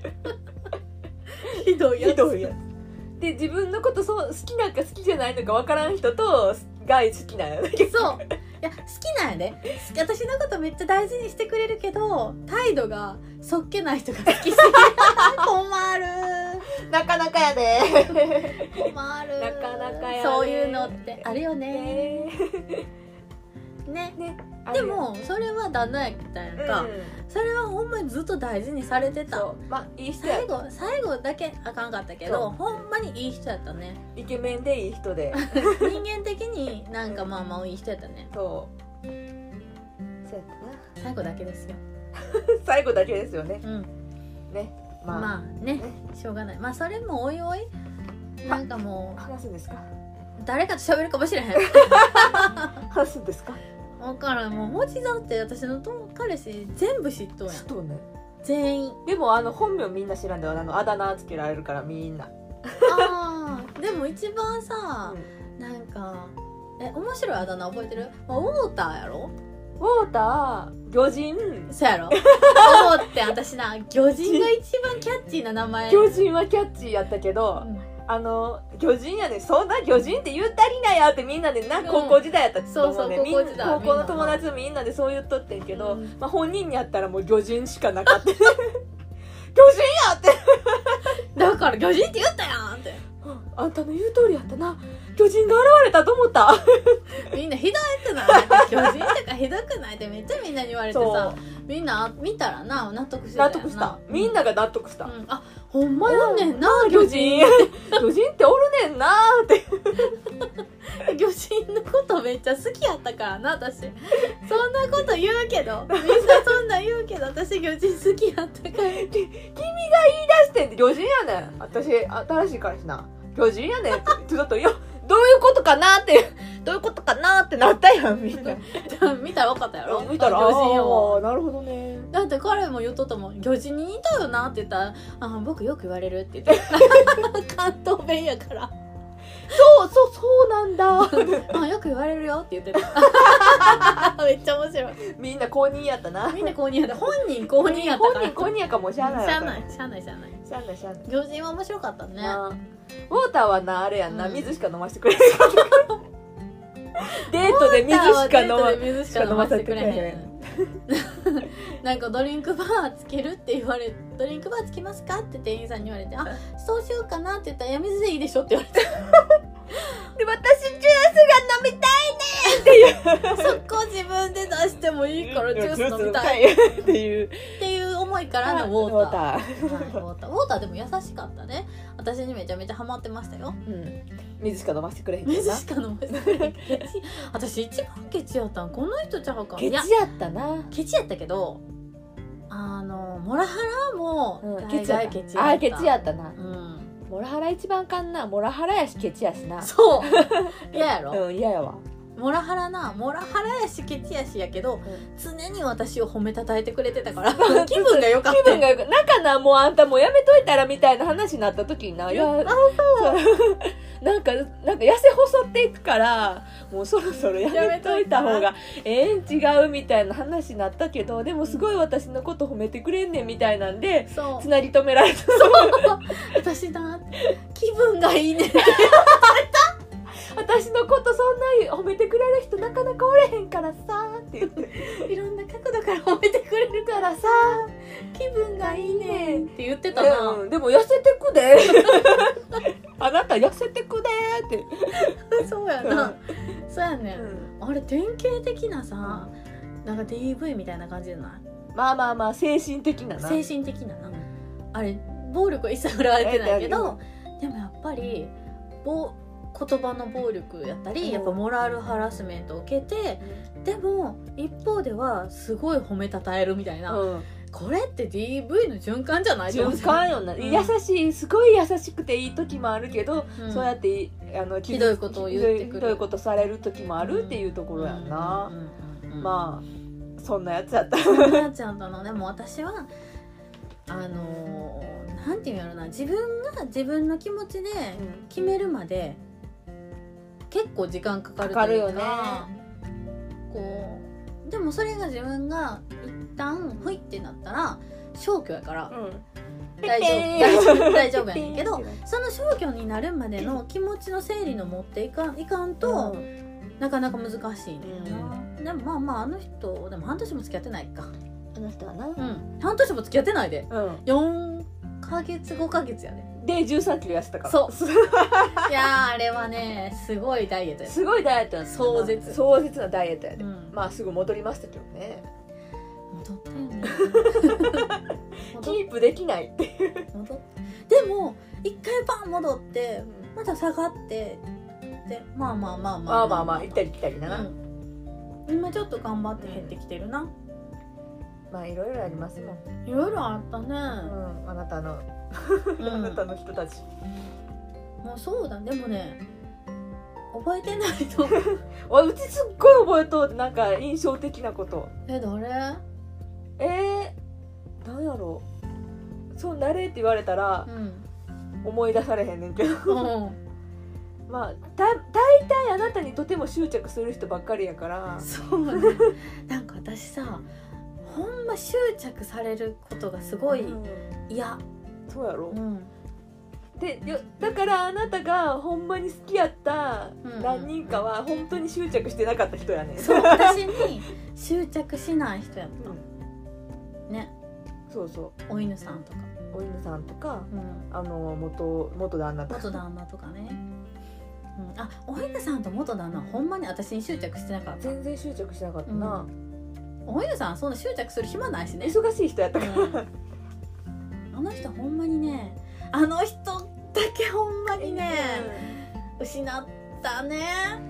Speaker 1: ひど
Speaker 2: ひどいやつで自分のことそう好きなんか好きじゃないのかわからん人とが好きなんやね
Speaker 1: そういや好きなんやで好き私のことめっちゃ大事にしてくれるけど態度がそっけない人が好きすぎる困る
Speaker 2: [laughs] なかなかやで
Speaker 1: 困る
Speaker 2: なかなかやね
Speaker 1: そういうのってあるよねね
Speaker 2: [laughs] ね
Speaker 1: でもそれは旦那やったやんか、それはほんまにずっと大事にされてた
Speaker 2: そうまあいい人や
Speaker 1: 最後最後だけあかんかったけ
Speaker 2: そう
Speaker 1: どほんまにいい人やったね
Speaker 2: イケメンでいい人 [laughs] で
Speaker 1: 人間的になんかまあまあいい人やったね
Speaker 2: そうそうやっ
Speaker 1: 最後だけですよ
Speaker 2: たな [laughs] 最後だけですよね
Speaker 1: うん
Speaker 2: ねまあ、
Speaker 1: まあねしょうがないまあそれもおいおいなんかも
Speaker 2: 話すんです
Speaker 1: う
Speaker 2: か
Speaker 1: 誰かと喋るかもしれへん
Speaker 2: 話すんですか
Speaker 1: わからんもう餅だって私の友彼氏全部嫉妬やん
Speaker 2: そうね
Speaker 1: 全員
Speaker 2: でもあの本名みんな知らんであのあだ名つけられるからみんな
Speaker 1: あーでも一番さ
Speaker 2: う、
Speaker 1: なんかえ面白いあだ名覚えてる、まあ、ウォーターやろ
Speaker 2: ウォーター魚人
Speaker 1: そやろウォーって私な魚人が一番キャッチーな名前
Speaker 2: 魚人はキャッチーやったけど、
Speaker 1: うん
Speaker 2: あの魚人やねそんな魚人って言うたりなやってみんなでな
Speaker 1: うん
Speaker 2: 高校時代やったと思うね、
Speaker 1: そうそう
Speaker 2: みんな
Speaker 1: 高校時代
Speaker 2: 高校の友達みんなでそう言っとってんけど、
Speaker 1: うん
Speaker 2: まあ、本人にやったらもう魚人しかなかった [laughs] 魚人やって
Speaker 1: だから魚人って言ったやんって
Speaker 2: あんたの言う通りやったな巨人が現れたと思った
Speaker 1: みんなひどくない魚人とかひどくないってめっちゃみんなに言われて
Speaker 2: そ
Speaker 1: さみんな見たらな納得し
Speaker 2: う
Speaker 1: てた
Speaker 2: 納
Speaker 1: よ
Speaker 2: 得したみん、なが納得した、
Speaker 1: うんうんあほんまやねんな
Speaker 2: 巨
Speaker 1: 魚
Speaker 2: 人
Speaker 1: 人
Speaker 2: 巨人っておるねんなーって
Speaker 1: 魚人のことめっちゃ好きやったからな
Speaker 2: [laughs]
Speaker 1: 私そんなこと言うけどみんなそんな言うけど私魚人好きやったから
Speaker 2: 出してんで巨人やねん私新しい彼氏な巨人やねんってちょっといやどういうことかなーってどういうことかなーってなったやんみんな [laughs]
Speaker 1: 見たら分かったやろ
Speaker 2: 見たら
Speaker 1: あ魚人やわ
Speaker 2: あーなるほどね
Speaker 1: だって彼も言っとったもん「魚人に似たよな」って言ったら「あ僕よく言われる」って言って
Speaker 2: [laughs]
Speaker 1: 関東弁やから
Speaker 2: そうそうそうなんだ
Speaker 1: 「あよく言われるよ」って言ってためっちゃ面白い
Speaker 2: [laughs] みんな公認やったな
Speaker 1: みんな公認やった本人公認やった
Speaker 2: 本
Speaker 1: から
Speaker 2: 人公認やかもしゃあない
Speaker 1: し
Speaker 2: わ
Speaker 1: ゃあないしゃあないしゃあない
Speaker 2: しゃあないしゃあない
Speaker 1: 魚人は面白かったね
Speaker 2: なあウォーターはなあれやんな、
Speaker 1: うん
Speaker 2: 水しか飲ませてくれないデートで水しか飲ま
Speaker 1: デートで水しか飲ませてくれへんなんかドリンクバーつけるって言われドリンクバーつけますかって店員さんに言われてあそうしようかなって言ったらいや水でいいでしょって言われて
Speaker 2: で私ジュースが飲みたいねっていう
Speaker 1: [laughs] そこ自分で出してもいいからジュース飲みたい
Speaker 2: いっていう
Speaker 1: っていう思いからのウォーター
Speaker 2: ー
Speaker 1: はいウォーターウォーターでも優しかったね私にめちゃめちゃハマってましたよ
Speaker 2: うん、水しか飲ませてくれへんけど
Speaker 1: 水
Speaker 2: な
Speaker 1: しか飲ませてないケチ私一番ケチやったんこの人ちゃうか
Speaker 2: ケチ
Speaker 1: いや
Speaker 2: やったな
Speaker 1: ケチやったけどあのモラハラも
Speaker 2: うん
Speaker 1: 大概ケチやった,、
Speaker 2: あーケチやった
Speaker 1: う
Speaker 2: な
Speaker 1: ん
Speaker 2: モラハラ一番かんなモラハラやしケチやしな
Speaker 1: そう [laughs] 嫌やろ、
Speaker 2: うん嫌やわ
Speaker 1: モラハラなモラハラやしケチやしやけど、
Speaker 2: ん
Speaker 1: 常に私を褒めたたえてくれてたから
Speaker 2: [laughs] そう
Speaker 1: 気分が良かっ
Speaker 2: 気
Speaker 1: た
Speaker 2: 分がよくなんかなもうあんたもうやめといたらみたいな話になった時にないや
Speaker 1: あ
Speaker 2: そうなんかなんか痩せ細っていくからもうそろそろやめといた方がええん違うみたいな話になったけどでもすごい私のこと褒めてくれんねんみたいなんで
Speaker 1: そう
Speaker 2: つなぎ止められた
Speaker 1: 私だ気分がいいねって
Speaker 2: 私のことそんなに褒めてくれる人なかなかおれへんからさーって言って
Speaker 1: いろんな角度から褒めてくれるからさ気分がいいねって言ってたな、
Speaker 2: うんでも痩せてくで [laughs] あなた痩せてくでって、
Speaker 1: そうやなそうやね、あれ典型的なさなんか DV みたいな感じじゃない
Speaker 2: まあまあまあ精神的なな
Speaker 1: 精神的ななあれ暴力は一切振られてないけどでもやっぱり暴言葉の暴力やった
Speaker 2: うん
Speaker 1: りやっぱモラルハラスメントを受けてでも一方ではすごい褒めたたえるみたいな、
Speaker 2: うん、
Speaker 1: これって DV の循環じゃない
Speaker 2: 循環よな、
Speaker 1: うん
Speaker 2: 優しいすごい優しくていい時もあるけど、
Speaker 1: うん
Speaker 2: そうやってあの傷
Speaker 1: ひどいことを言ってくる
Speaker 2: ひどいことされる時もあるっていうところやな、
Speaker 1: うんうんうん
Speaker 2: まあそんなやつやった
Speaker 1: そんなやつやったのでも私はあのーなんていうんやろな自分が自分の気持ちで決めるまで結構時間かかるというか
Speaker 2: かか
Speaker 1: こうでもそれが自分が一旦ふいってなったら消去やから
Speaker 2: うん
Speaker 1: 大 [laughs] 丈夫大丈夫やねん [laughs] けどその消去になるまでの気持ちの整理の持っていかんいかんと、
Speaker 2: うん
Speaker 1: なかなか難しいねんな、でもまあまああの人でも半年も付き合ってないか
Speaker 2: あの人はな、
Speaker 1: うん半年も付き合ってないで
Speaker 2: う
Speaker 1: 4ヶ月5ヶ月や [laughs] で
Speaker 2: ん、で1 3キロ痩せたから
Speaker 1: そういやーあれはねすごいダイエットや
Speaker 2: すごいダイエットやったな
Speaker 1: 壮絶
Speaker 2: 壮絶なダイエットやで、
Speaker 1: うん
Speaker 2: まあすぐ戻りましたけどね
Speaker 1: 戻ったよね
Speaker 2: キ
Speaker 1: 戻っ
Speaker 2: ープできないって
Speaker 1: 戻っでも一回バン戻ってまた下がってでまあまあまあま
Speaker 2: ま
Speaker 1: あ
Speaker 2: あまあまあ行ったり来たりだな、
Speaker 1: うん今ちょっと頑張って減ってきてるな、
Speaker 2: まあいろいろありますもん、
Speaker 1: いろいろあった
Speaker 2: う
Speaker 1: ね、
Speaker 2: ん、あなたの、
Speaker 1: う
Speaker 2: あ
Speaker 1: ん
Speaker 2: なたの人たち
Speaker 1: もうそうだでもね覚えてないと
Speaker 2: [laughs]
Speaker 1: 思う
Speaker 2: おいうちすっごい覚えとうなんか印象的なこと
Speaker 1: え誰
Speaker 2: えー、なんやろうそうなれって言われたら
Speaker 1: うん
Speaker 2: 思い出されへんねんけど [laughs]
Speaker 1: う
Speaker 2: まあだ大体あなたにとても執着する人ばっかりやから
Speaker 1: んそうねなんか私さほんま執着されることがすごい
Speaker 2: うん
Speaker 1: 嫌
Speaker 2: そうやろ、
Speaker 1: ん
Speaker 2: でよだからあなたがほんまに好きやった
Speaker 1: うん
Speaker 2: 何人かは本当に執着してなかった人やねん
Speaker 1: そう
Speaker 2: [laughs]
Speaker 1: 私に執着しない人やっ
Speaker 2: うん
Speaker 1: ね
Speaker 2: そうそ
Speaker 1: たお犬さんとか、
Speaker 2: うお犬さんとか
Speaker 1: うん、
Speaker 2: あの元元旦那とか
Speaker 1: 元旦那とかね、うん、あお犬さんと元旦那はほんまに私に執着してなかった
Speaker 2: 全然執着してなかった
Speaker 1: うん
Speaker 2: な、
Speaker 1: お犬さんはそんな執着する暇ないしね、
Speaker 2: 忙しい人やった
Speaker 1: う
Speaker 2: から、
Speaker 1: ん、あの人ほんまにねあの人だけほんまにね失ったね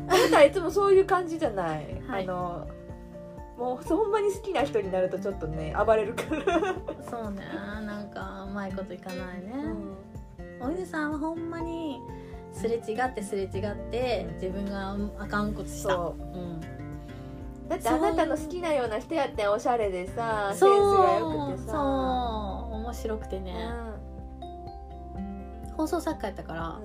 Speaker 2: あなたいつもそういう感じじゃない、
Speaker 1: はい
Speaker 2: あのもうほんまに好きな人になるとちょっとね暴れるから、
Speaker 1: そうねなんかうまいこといかないね、お犬さんはほんまにすれ違ってすれ違って自分があかんことした
Speaker 2: そう
Speaker 1: うん
Speaker 2: だってあなたの好きなような人やってんおしゃれでさセンスが
Speaker 1: そ
Speaker 2: 良
Speaker 1: う
Speaker 2: くて
Speaker 1: そう
Speaker 2: さ
Speaker 1: 面白くてね、放送作家やったから、
Speaker 2: う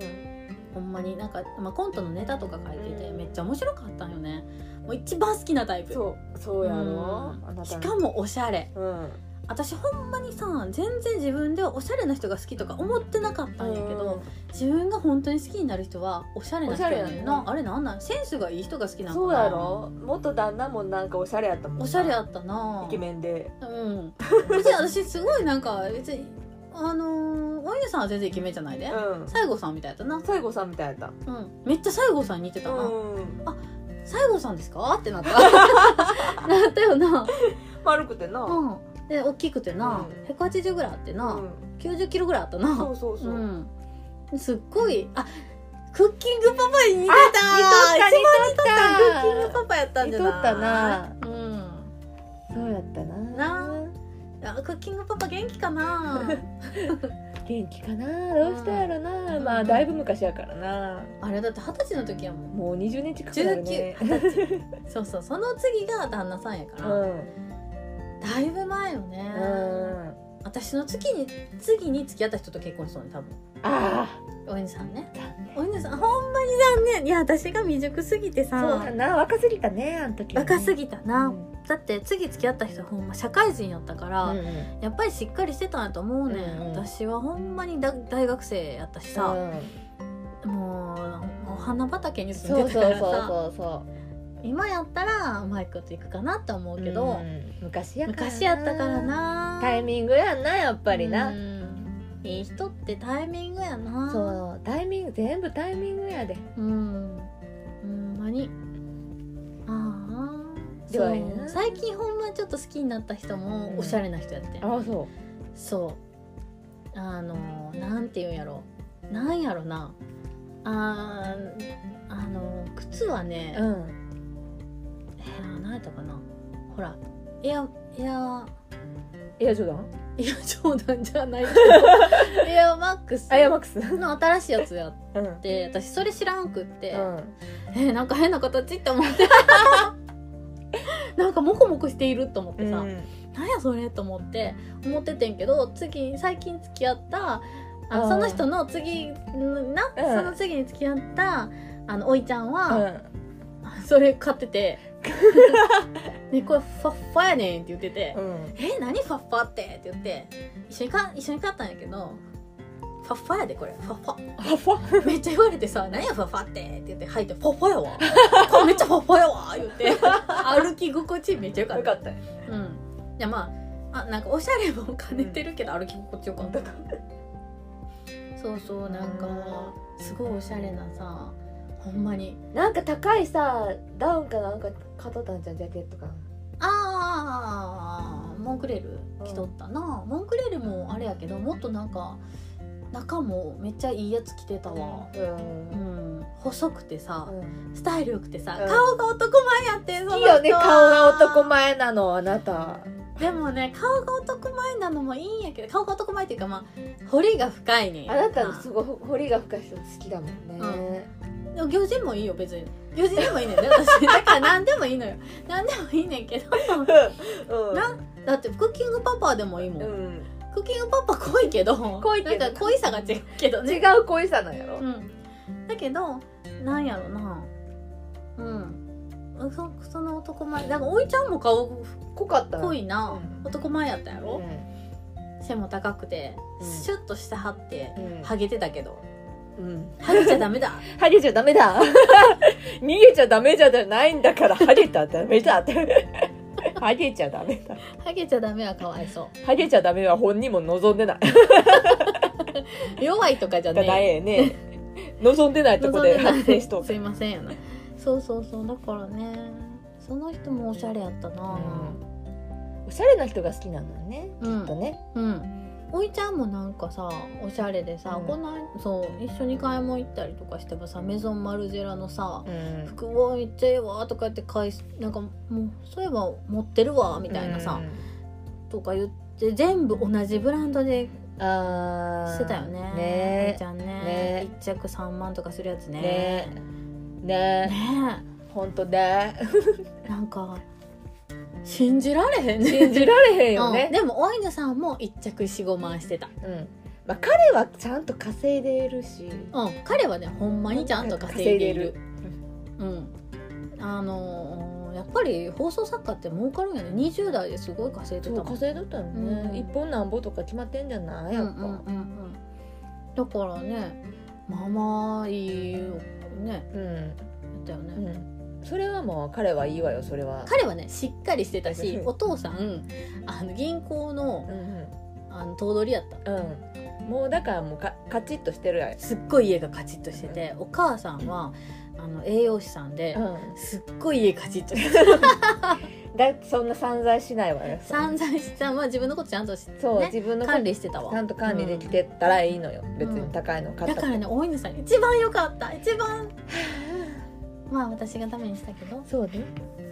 Speaker 1: ほんまになんか、まあ、コントのネタとか書いてて、
Speaker 2: うん
Speaker 1: めっちゃ面白かったんよねもう一番好きなタイ
Speaker 2: ん
Speaker 1: プ
Speaker 2: そうそうやろ、
Speaker 1: うん
Speaker 2: あなた
Speaker 1: し
Speaker 2: の
Speaker 1: かもおしゃれ
Speaker 2: うん
Speaker 1: 私ほんまにさ全然自分でおしゃれな人が好きとか思ってなかったんやけど、自分が本当に好きになる人はおしゃれな人やねん
Speaker 2: おしゃれやねん
Speaker 1: な
Speaker 2: な
Speaker 1: あれなんなんセンスがいい人が好きなの
Speaker 2: そう
Speaker 1: かな
Speaker 2: やろ元旦那もなんかおしゃれやったもんな
Speaker 1: おしゃれやったな
Speaker 2: イケメンで
Speaker 1: うん別に私すごいなんか別にあのー、お犬さんは全然イケメンじゃないで、
Speaker 2: うん
Speaker 1: 西郷さんみたいやったな、
Speaker 2: 西郷さんみたいやった
Speaker 1: うん、めっちゃ西郷さんに似てたな、
Speaker 2: うん
Speaker 1: 西郷さんですかってなったなったよな
Speaker 2: 丸くてな
Speaker 1: うんで大きくてな、
Speaker 2: う
Speaker 1: 180ぐらいあってな、
Speaker 2: うん
Speaker 1: 90キロぐらいあったな、
Speaker 2: そうそうそううん
Speaker 1: すっごいあクッキングパパに似てた
Speaker 2: あ似とった
Speaker 1: 一番似と
Speaker 2: 似と
Speaker 1: ったクッキング
Speaker 2: った
Speaker 1: パパやったんじゃ
Speaker 2: 似とった
Speaker 1: なと
Speaker 2: な
Speaker 1: ったなうん
Speaker 2: そうやったな
Speaker 1: なあクッキングパパ元気かな
Speaker 2: 元気かなどうしたやろな
Speaker 1: うん
Speaker 2: まあだいぶ昔やからな
Speaker 1: あれだって二十歳の時やもん
Speaker 2: もう20年近くなる
Speaker 1: 1920
Speaker 2: ね
Speaker 1: 歳そうそうその次が旦那さんやから、
Speaker 2: うん
Speaker 1: だいぶ前よね、
Speaker 2: うん
Speaker 1: 私の次に次に付き合った人と結婚しそうね多分
Speaker 2: あ
Speaker 1: お犬さんね
Speaker 2: あ
Speaker 1: お犬さんほんまに残念いや私が未熟すぎて
Speaker 2: そうだ
Speaker 1: さ
Speaker 2: な若すぎたねあの時はね
Speaker 1: 若すぎたな、
Speaker 2: うん
Speaker 1: だって次付き合った人はほんま社会人やったから、
Speaker 2: うんうん
Speaker 1: やっぱりしっかりしてたんやと思うね、
Speaker 2: うん
Speaker 1: ん
Speaker 2: うん
Speaker 1: 私はほんまにだ大学生やったし
Speaker 2: う
Speaker 1: さ、
Speaker 2: ん
Speaker 1: もうお花畑に住
Speaker 2: そ
Speaker 1: ん
Speaker 2: う
Speaker 1: で
Speaker 2: そ
Speaker 1: た
Speaker 2: う
Speaker 1: か
Speaker 2: そう
Speaker 1: らさ
Speaker 2: そうそ
Speaker 1: 今やったらうまいこといくかなって思
Speaker 2: う
Speaker 1: うけど、
Speaker 2: うん昔やからな
Speaker 1: 昔やったからな
Speaker 2: タ
Speaker 1: やっ
Speaker 2: イミングやんなやっぱりな、
Speaker 1: いい人ってタイミングやな
Speaker 2: そうタイミング全部タイミングやで
Speaker 1: うんほんまにああ
Speaker 2: そうやな
Speaker 1: 最近ほんまちょっと好きになった人もおしゃれな人やって、
Speaker 2: あそ
Speaker 1: そうあのなんていうんやろなんやろなあーあの靴はね、
Speaker 2: うん
Speaker 1: えー何やったかなほらエアエア
Speaker 2: エアジョーダン
Speaker 1: エアジョーダンじゃない
Speaker 2: [laughs]
Speaker 1: けどエアマックス
Speaker 2: あエアマックス
Speaker 1: の新しいやつやっ
Speaker 2: うん
Speaker 1: て私それ知らんくって、
Speaker 2: うん
Speaker 1: えーなんか変な形って思って [laughs] なんかモコモコしていると思ってさ、
Speaker 2: うん
Speaker 1: なんやそれと思って思っててんけど次最近付き合ったあ
Speaker 2: あー
Speaker 1: その人の次んな、
Speaker 2: うん
Speaker 1: その次に付き合ったあのおいちゃんは、
Speaker 2: う
Speaker 1: それ買って
Speaker 2: [laughs]
Speaker 1: て「ねこれファッファやねん」って言ってて
Speaker 2: ん
Speaker 1: 「え何ファッファって」って言って一緒にか一緒に買ったんやけど「ファッファやでこれファッファ」
Speaker 2: あファ
Speaker 1: めっちゃ言われてさ「何やファッファって」って言って入って「ファッファやわ」 [laughs] 「これめっちゃファッファやわ」言って歩き心地めっちゃよかっ
Speaker 2: よ
Speaker 1: た
Speaker 2: か。ったよ
Speaker 1: うんいやまああなんかおしゃれも兼ねてるけど歩き心地よかったからそうそうなんかすごいおしゃれなさほんまに
Speaker 2: なんか高いさダウンかなんか買っとったんじゃんジャケットか
Speaker 1: ああモンクレール着とったな、モンクレールもあれやけどもっとなんか中もめっちゃいいやつ着てたわ
Speaker 2: う
Speaker 1: うんん細くてさ
Speaker 2: うん
Speaker 1: スタイルよくてさ、
Speaker 2: うん
Speaker 1: 顔が男前やってん
Speaker 2: 好
Speaker 1: その
Speaker 2: き
Speaker 1: 人は
Speaker 2: よね顔が男前なのあなた
Speaker 1: でもね顔が男前なのもいいんやけど顔が男前っていうかまあ彫りが深いね
Speaker 2: あなたのすごい彫りが深い人好きだもんね
Speaker 1: でも行人もいいよ別に行人でもいい
Speaker 2: [laughs]
Speaker 1: ねんね私だから何でもいいのよ何でもいいねんけど
Speaker 2: うん
Speaker 1: なだってクッキングパパでもいいもん、
Speaker 2: うん
Speaker 1: クッキングパパ濃いけど
Speaker 2: 濃いけど
Speaker 1: なんか濃いさが違うけどね
Speaker 2: 違う恋さなんやろ
Speaker 1: うんだけどなんやろなうんそその男前だからおいちゃんも顔
Speaker 2: 濃かったな
Speaker 1: 濃いな、
Speaker 2: うん
Speaker 1: 男前やったや
Speaker 2: う
Speaker 1: ろ、
Speaker 2: ん
Speaker 1: 背も高くて、
Speaker 2: うん
Speaker 1: シュッとしてはって
Speaker 2: うん
Speaker 1: ハゲてたけど
Speaker 2: うん
Speaker 1: ハゲちゃダメだ
Speaker 2: ハゲちゃダメ [laughs] だ逃げちゃダメじゃないんだからハゲちゃダメだってハゲちゃダメだ
Speaker 1: [laughs] ハゲちゃダメはかわいそ
Speaker 2: ハゲちゃダメは本人も望んでないう
Speaker 1: 弱いとかじゃ
Speaker 2: が
Speaker 1: ね
Speaker 2: な
Speaker 1: え
Speaker 2: い [laughs] ね望んでないとこで
Speaker 1: 望んでない
Speaker 2: 発生しと
Speaker 1: す
Speaker 2: る
Speaker 1: いませんよなそうそうそうだからねその人もおしゃれやったな
Speaker 2: おしゃれな人が好きなんだね
Speaker 1: う
Speaker 2: きっと
Speaker 1: ん、
Speaker 2: ね
Speaker 1: うん、おいちゃんもなんかさおしゃれでさ、
Speaker 2: うん
Speaker 1: こないそう一緒に買い物行ったりとかしてもさメゾンマルジェラのさ、
Speaker 2: うん
Speaker 1: 服はめっちゃええわとか言って返すなんかもうそういえば持ってるわみたいなさ、とか言って全部同じブランドで
Speaker 2: あ
Speaker 1: してたよねおい
Speaker 2: ね
Speaker 1: ちゃんね
Speaker 2: ね
Speaker 1: 1着3万とかするやつね
Speaker 2: ね
Speaker 1: ね
Speaker 2: ね本当ね
Speaker 1: なんか信じられへんね
Speaker 2: 信じられへんよ
Speaker 1: うん
Speaker 2: ね
Speaker 1: でもお犬さんも一着45万してた
Speaker 2: うんまあ彼はちゃんと稼いでるし
Speaker 1: うん彼はねほんまにちゃんと稼いでいるうんあのーやっぱり放送作家って儲かるんやね20代ですごい稼いで
Speaker 2: そ
Speaker 1: た
Speaker 2: う
Speaker 1: もん
Speaker 2: 稼いだったよ
Speaker 1: うん
Speaker 2: ね一本なんぼとか決まってんじゃないやっ
Speaker 1: うんうん
Speaker 2: ぱ
Speaker 1: うんうんだからねまあまあいいよね
Speaker 2: うん
Speaker 1: やったよね、
Speaker 2: うんそれはもう彼はいいわよそれは
Speaker 1: 彼はねしっかりしてたし
Speaker 2: うん
Speaker 1: お父さんあの銀行の
Speaker 2: うん
Speaker 1: あの頭取やった
Speaker 2: うんもうだからもうかカチッとしてるやん
Speaker 1: すっごい家がカチッとしててお母さんはあの栄養士さんで
Speaker 2: う
Speaker 1: すっごい家カチッとしてて
Speaker 2: んだそんな散財しないわよ [laughs]
Speaker 1: 散財したまあ自分のことちゃんとし
Speaker 2: そう、
Speaker 1: ね
Speaker 2: 自分のこと
Speaker 1: 管理してたわ
Speaker 2: ちゃんと管理できてったらいいのよ、別に高いの買
Speaker 1: だ
Speaker 2: った
Speaker 1: からね大犬さん一番良かった一番まあ私がダメにしたけど
Speaker 2: そうね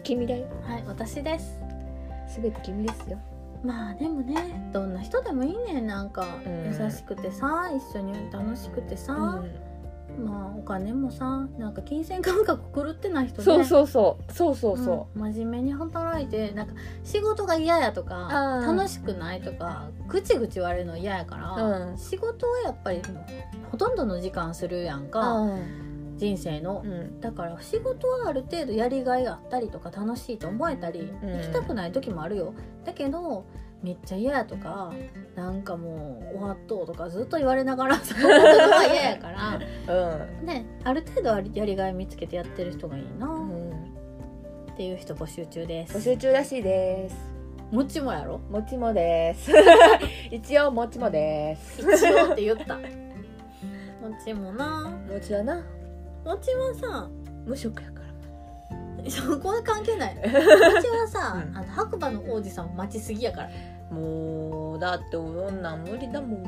Speaker 2: 君だよ
Speaker 1: はい私です
Speaker 2: 全て君ですよ
Speaker 1: まあでもねどんな人でもいいねなんか
Speaker 2: うん
Speaker 1: 優しくてさ一緒に楽しくて
Speaker 2: う
Speaker 1: さ、まあお金もさなんか金銭感覚狂ってない人ね
Speaker 2: そうそうそうそうそうそ
Speaker 1: うん真面目に働いてなんか仕事が嫌やとか
Speaker 2: あー
Speaker 1: 楽しくないとかぐちぐち言われるの嫌やから、
Speaker 2: うん
Speaker 1: 仕事はやっぱりほとんどの時間するやん
Speaker 2: う
Speaker 1: か人生の
Speaker 2: う、ん
Speaker 1: だから仕事はある程度やりがいがあったりとか楽しいと思えたり、
Speaker 2: うん
Speaker 1: 行きたくない時もあるよだけどめっちゃ嫌やとかなんかもう終わっとうとかずっと言われながら [laughs] そんなことが嫌やから
Speaker 2: うん
Speaker 1: ねある程度はやりがい見つけてやってる人がいいな
Speaker 2: うん
Speaker 1: っていう人募集中で
Speaker 2: 募
Speaker 1: す
Speaker 2: 集中らしいです
Speaker 1: もちもや
Speaker 2: [laughs]
Speaker 1: ろ
Speaker 2: もちもです [laughs] 一応もちもです
Speaker 1: 一
Speaker 2: [laughs]
Speaker 1: 応って言ったもちもな
Speaker 2: もちはな
Speaker 1: もちもさ
Speaker 2: 無職やから
Speaker 1: そこは関係ないもちはさ、
Speaker 2: うん
Speaker 1: あの白馬の王子さん待ちすぎやから
Speaker 2: もうだって女無理だもん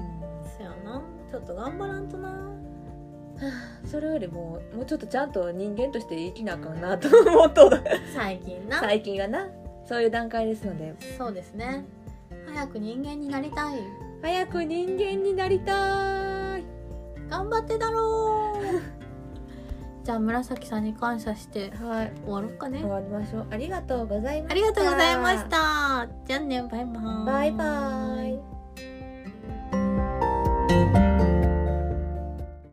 Speaker 1: そやなちょっと頑張らんとな
Speaker 2: それよりももうちょっとちゃんと人間として生きなあかんなと思っとう
Speaker 1: 最近な、
Speaker 2: 最近はなそういう段階ですので
Speaker 1: そうですね早く人間になりたい
Speaker 2: 早く人間になりたい
Speaker 1: 頑張ってだろう
Speaker 2: [laughs]
Speaker 1: じゃあ紫さんに感謝して
Speaker 2: はい
Speaker 1: 終わろうかね
Speaker 2: 終わりましょうありがとうございました
Speaker 1: ありがとうございましたじゃあねバイバーイ
Speaker 2: バイバイ